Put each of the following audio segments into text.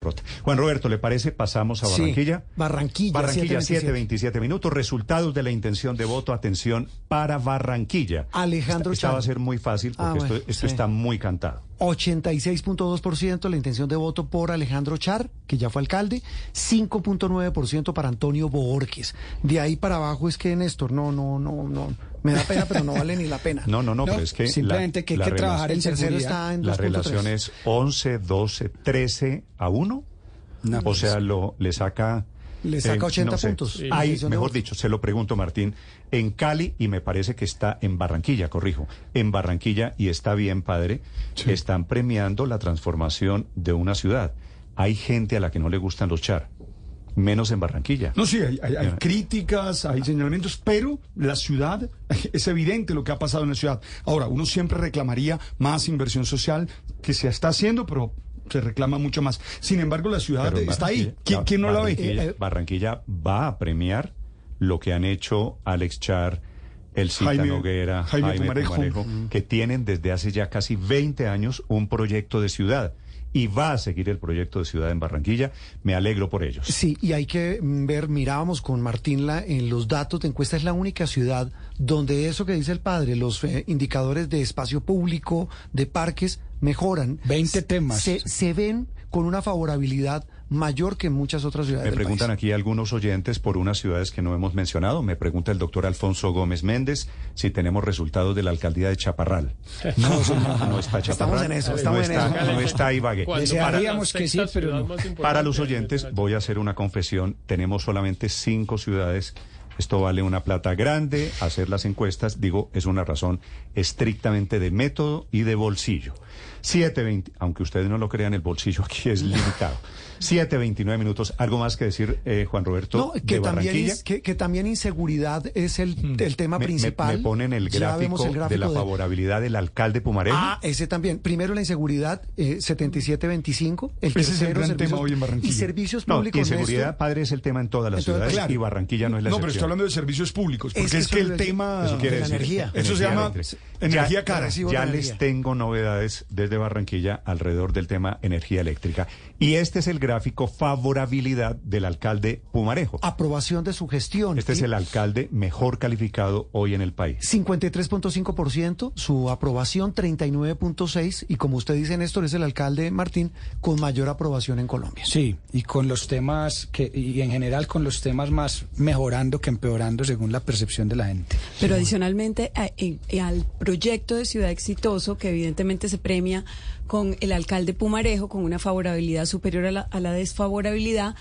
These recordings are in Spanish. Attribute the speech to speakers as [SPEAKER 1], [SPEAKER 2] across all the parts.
[SPEAKER 1] explota. Juan Roberto, ¿le parece? Pasamos a Barranquilla.
[SPEAKER 2] Sí, Barranquilla.
[SPEAKER 1] Barranquilla, 7,
[SPEAKER 2] 727.
[SPEAKER 1] 27 minutos. Resultados de la intención de voto, atención, para Barranquilla.
[SPEAKER 2] Alejandro
[SPEAKER 1] Esta, esta
[SPEAKER 2] Chan.
[SPEAKER 1] va a ser muy fácil porque
[SPEAKER 2] Ah, bueno,
[SPEAKER 1] esto, esto
[SPEAKER 2] sí.
[SPEAKER 1] está muy cantado.
[SPEAKER 2] 86.2% la intención de voto por Alejandro Char, que ya fue alcalde, 5.9% para Antonio Borges. De ahí para abajo es que Néstor, no, no, no, no. Me da pena, pero no vale ni la pena.
[SPEAKER 1] No, no, no, pero es que. la-
[SPEAKER 3] simplemente que hay
[SPEAKER 1] la
[SPEAKER 3] que
[SPEAKER 1] relación-
[SPEAKER 3] trabajar en
[SPEAKER 2] El tercero está
[SPEAKER 3] seguridad.
[SPEAKER 2] en
[SPEAKER 1] La
[SPEAKER 2] 2.3.
[SPEAKER 1] relación es 11, 12, 13 a 1.
[SPEAKER 3] No,
[SPEAKER 1] o
[SPEAKER 3] pues.
[SPEAKER 1] sea, lo, le saca... eh,
[SPEAKER 2] Le saca 80
[SPEAKER 1] sé.
[SPEAKER 2] puntos. Sí.
[SPEAKER 1] Hay,
[SPEAKER 2] Decisión de
[SPEAKER 1] mejor
[SPEAKER 2] voto.
[SPEAKER 1] dicho, se lo pregunto, Martín, en Cali, y me parece que está en Barranquilla, corrijo, en Barranquilla, y está bien, padre, están premiando la transformación de una ciudad. Hay gente a la que no le gustan los char, menos en Barranquilla.
[SPEAKER 4] No, sí, hay, hay- hay críticas, hay señalamientos, pero la ciudad, es evidente lo que ha pasado en la ciudad. Ahora, uno siempre reclamaría más inversión social que se está haciendo, pero se reclama mucho más. Sin embargo, la ciudad
[SPEAKER 1] Pero en
[SPEAKER 4] está ahí.
[SPEAKER 1] Barranquilla-
[SPEAKER 4] ¿Qui- ¿Quién no la
[SPEAKER 1] Barranquilla-
[SPEAKER 4] ve?
[SPEAKER 2] Eh, eh.
[SPEAKER 1] Barranquilla va a premiar lo que han hecho Alex Char, El Cita
[SPEAKER 4] Jaime-
[SPEAKER 1] Noguera,
[SPEAKER 4] Jaime
[SPEAKER 1] Jaime,
[SPEAKER 4] Pumarejo.
[SPEAKER 1] Pumarejo,
[SPEAKER 2] Mm.
[SPEAKER 1] que tienen desde hace ya casi 20 años un proyecto de ciudad. Y va a seguir el proyecto de ciudad en Barranquilla. Me alegro por ellos.
[SPEAKER 2] Sí, y hay que mm, ver, mirábamos con Martín la, en los datos de encuesta, es la única ciudad donde eso que dice el padre, los eh, indicadores de espacio público, de parques, mejoran.
[SPEAKER 3] 20 temas.
[SPEAKER 2] Se, se ven con una favorabilidad mayor que en muchas otras ciudades.
[SPEAKER 1] Me
[SPEAKER 2] del
[SPEAKER 1] preguntan
[SPEAKER 2] país.
[SPEAKER 1] aquí algunos oyentes por unas ciudades que no hemos mencionado. Me pregunta el doctor Alfonso Gómez Méndez si tenemos resultados de la alcaldía de Chaparral. No, señor, no está Chaparral.
[SPEAKER 2] Estamos en eso,
[SPEAKER 1] no
[SPEAKER 2] estamos en
[SPEAKER 1] está,
[SPEAKER 2] eso.
[SPEAKER 1] No está Ibagué.
[SPEAKER 5] Cuando
[SPEAKER 1] Para-
[SPEAKER 3] Desearíamos
[SPEAKER 5] para-
[SPEAKER 3] que sí, pero no.
[SPEAKER 1] Para los oyentes, voy a hacer una confesión. Tenemos solamente cinco ciudades. Esto vale una plata grande. Hacer las encuestas, digo, es una razón estrictamente de método y de bolsillo. 7.20, aunque ustedes no lo crean, el bolsillo aquí es limitado. 7.29 minutos. ¿Algo más que decir, eh, Juan Roberto?
[SPEAKER 2] No, que
[SPEAKER 1] de
[SPEAKER 2] también,
[SPEAKER 1] Barranquilla?
[SPEAKER 2] ins- que, que también inseguridad es
[SPEAKER 4] Hmm.
[SPEAKER 2] el, el tema
[SPEAKER 1] Me- me-
[SPEAKER 2] principal.
[SPEAKER 1] Me, ponen el
[SPEAKER 2] Ya
[SPEAKER 1] gráfico,
[SPEAKER 2] vemos el
[SPEAKER 1] de la ¿eh?
[SPEAKER 2] gráfico
[SPEAKER 1] favorabilidad del alcalde Pumarejo.
[SPEAKER 2] Ah, ese también. Primero la inseguridad, eh, 77-25. El
[SPEAKER 4] Ese es el
[SPEAKER 2] tercero,
[SPEAKER 4] gran tema
[SPEAKER 2] servicios-
[SPEAKER 4] hoy en Barranquilla.
[SPEAKER 2] Y servicios
[SPEAKER 1] no,
[SPEAKER 2] públicos.
[SPEAKER 1] inseguridad,
[SPEAKER 2] Néstor,
[SPEAKER 1] padre, es el tema en todas las
[SPEAKER 2] Entonces,
[SPEAKER 1] ciudades
[SPEAKER 4] claro.
[SPEAKER 1] y Barranquilla no es la
[SPEAKER 4] No, pero estoy
[SPEAKER 1] excepción.
[SPEAKER 4] hablando de servicios públicos, porque
[SPEAKER 2] Es
[SPEAKER 4] es
[SPEAKER 2] que
[SPEAKER 4] que,
[SPEAKER 2] eso
[SPEAKER 4] el
[SPEAKER 2] es-
[SPEAKER 4] tema...
[SPEAKER 1] Eso quiere
[SPEAKER 2] de la
[SPEAKER 1] decir
[SPEAKER 2] energía.
[SPEAKER 4] Eso se llama
[SPEAKER 1] eléctrica.
[SPEAKER 4] energía
[SPEAKER 1] Ya-
[SPEAKER 4] cara.
[SPEAKER 2] Recibo
[SPEAKER 1] Ya
[SPEAKER 2] de
[SPEAKER 1] les
[SPEAKER 2] energía.
[SPEAKER 1] tengo novedades desde Barranquilla alrededor del tema energía eléctrica. Y este es el gráfico favorabilidad del alcalde Pumarejo.
[SPEAKER 4] Ah,
[SPEAKER 2] aprobación de su gestión.
[SPEAKER 1] Este es
[SPEAKER 2] Y
[SPEAKER 1] el alcalde mejor calificado hoy en el país.
[SPEAKER 2] 53.5%, su aprobación 39.6% y como usted dice Néstor es el alcalde Martín con mayor aprobación en Colombia.
[SPEAKER 3] Sí, y con los temas que, y en general con los temas más mejorando que empeorando según la percepción de la gente.
[SPEAKER 6] Pero adicionalmente a- en- eh, al proyecto de Ciudad Exitoso, que evidentemente se premia con el alcalde Pumarejo, con una favorabilidad superior a la, a la desfavorabilidad,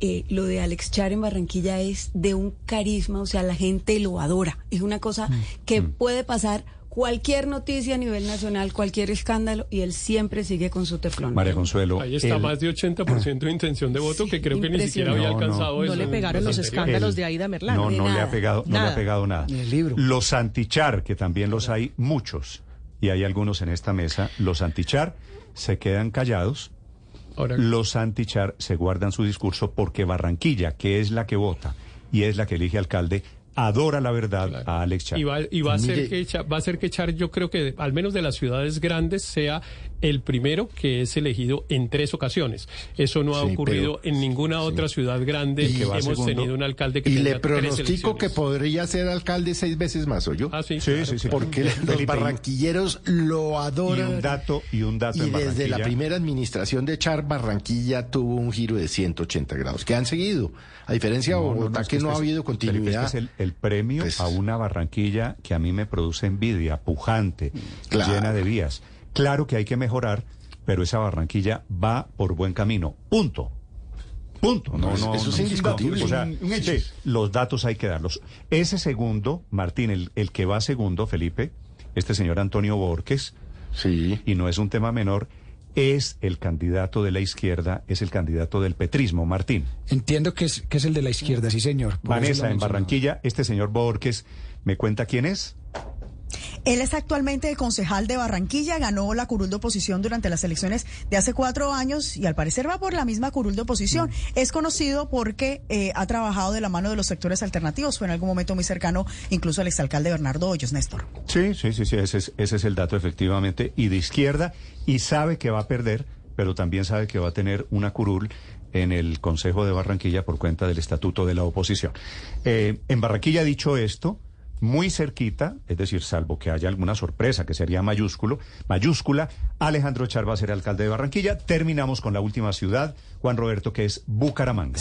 [SPEAKER 6] eh, lo de Alex Char en Barranquilla es de un carisma, o sea, la gente lo adora. Es una cosa que puede pasar cualquier noticia a nivel nacional, cualquier escándalo, y él siempre sigue con su teflón.
[SPEAKER 1] María Consuelo.
[SPEAKER 5] Ahí está
[SPEAKER 1] el-
[SPEAKER 5] más de 80% de intención de voto que creo que ni siquiera había
[SPEAKER 1] Impresionante.
[SPEAKER 5] alcanzado
[SPEAKER 1] No,
[SPEAKER 5] eso.
[SPEAKER 7] No le
[SPEAKER 5] en
[SPEAKER 7] pegaron los
[SPEAKER 5] anteriores.
[SPEAKER 7] escándalos
[SPEAKER 1] el-
[SPEAKER 7] de Aida Merlán.
[SPEAKER 1] No,
[SPEAKER 6] de
[SPEAKER 1] no le ha
[SPEAKER 6] nada.
[SPEAKER 1] pegado, no le ha
[SPEAKER 7] Nada.
[SPEAKER 1] pegado nada.
[SPEAKER 2] Ni el libro.
[SPEAKER 1] Los antichar, que también los hay muchos, y hay algunos en esta mesa, los antichar se quedan callados.
[SPEAKER 5] Ahora,
[SPEAKER 1] Los antichar se guardan su discurso porque Barranquilla, que es la que vota y es la que elige alcalde, adora la verdad
[SPEAKER 5] Claro.
[SPEAKER 1] a Alex Char.
[SPEAKER 5] Y va, y va a ser
[SPEAKER 4] Mire.
[SPEAKER 5] que Cha- va a ser que Char, yo creo que de- al menos de las ciudades grandes sea el primero que es elegido en tres ocasiones. Eso no ha
[SPEAKER 8] Sí,
[SPEAKER 5] ocurrido
[SPEAKER 8] pero-
[SPEAKER 5] en ninguna otra ciudad grande
[SPEAKER 1] Y que va
[SPEAKER 5] hemos
[SPEAKER 1] segundo.
[SPEAKER 5] tenido un alcalde que
[SPEAKER 8] Y
[SPEAKER 5] tenga
[SPEAKER 8] le
[SPEAKER 5] tres
[SPEAKER 8] pronostico
[SPEAKER 5] elecciones.
[SPEAKER 8] que podría ser alcalde seis veces más, ¿oyó?
[SPEAKER 5] Ah, sí,
[SPEAKER 1] Sí,
[SPEAKER 5] claro,
[SPEAKER 1] sí, sí.
[SPEAKER 5] claro.
[SPEAKER 8] Porque los
[SPEAKER 1] Felipe,
[SPEAKER 8] barranquilleros lo
[SPEAKER 1] y
[SPEAKER 8] adoran.
[SPEAKER 1] un dato y un dato
[SPEAKER 8] Y
[SPEAKER 1] en
[SPEAKER 8] desde la
[SPEAKER 1] Barranquilla.
[SPEAKER 8] primera administración de Char, Barranquilla tuvo un giro de 180 grados, que han seguido. A diferencia de
[SPEAKER 1] No, no,
[SPEAKER 8] Bogotá,
[SPEAKER 1] no, es
[SPEAKER 8] que no ha
[SPEAKER 1] este es-
[SPEAKER 8] habido
[SPEAKER 1] Felipe,
[SPEAKER 8] continuidad.
[SPEAKER 1] este es el, el premio
[SPEAKER 8] Pues-
[SPEAKER 1] a una Barranquilla que a mí me produce envidia, pujante,
[SPEAKER 8] Claro.
[SPEAKER 1] llena de vías. Claro que hay que mejorar, pero esa Barranquilla va por buen camino. Punto. Punto. No,
[SPEAKER 8] No,
[SPEAKER 1] no,
[SPEAKER 8] eso es
[SPEAKER 1] no.
[SPEAKER 8] indiscutible.
[SPEAKER 1] O sea,
[SPEAKER 4] Un- un hecho.
[SPEAKER 1] sí, los datos hay que darlos. Ese segundo, Martín, el, el que va segundo, Felipe, este señor Antonio Borges,
[SPEAKER 8] Sí.
[SPEAKER 1] y no es un tema menor, es el candidato de la izquierda, es el candidato del petrismo, Martín.
[SPEAKER 3] Entiendo que es, que es el de la izquierda, sí señor. Por eso lo
[SPEAKER 1] Vanessa, en
[SPEAKER 3] mencionaba.
[SPEAKER 1] Barranquilla, este señor Borges, ¿me cuenta quién es?
[SPEAKER 9] Él es actualmente el concejal de Barranquilla, ganó la curul de oposición durante las elecciones de hace cuatro años y al parecer va por la misma curul de oposición. Es conocido porque eh, ha trabajado de la mano de los sectores alternativos, fue en algún momento muy cercano incluso al exalcalde Bernardo Hoyos, Néstor.
[SPEAKER 1] Sí, sí, sí, sí, ese es, ese es el dato efectivamente, y de izquierda, y sabe que va a perder, pero también sabe que va a tener una curul en el Consejo de Barranquilla por cuenta del Estatuto de la Oposición. Eh, en Barranquilla, dicho esto, muy cerquita, es decir, salvo que haya alguna sorpresa que sería mayúsculo, mayúscula, Alejandro Char va a ser alcalde de Barranquilla. Terminamos con la última ciudad, Juan Roberto, que es Bucaramanga.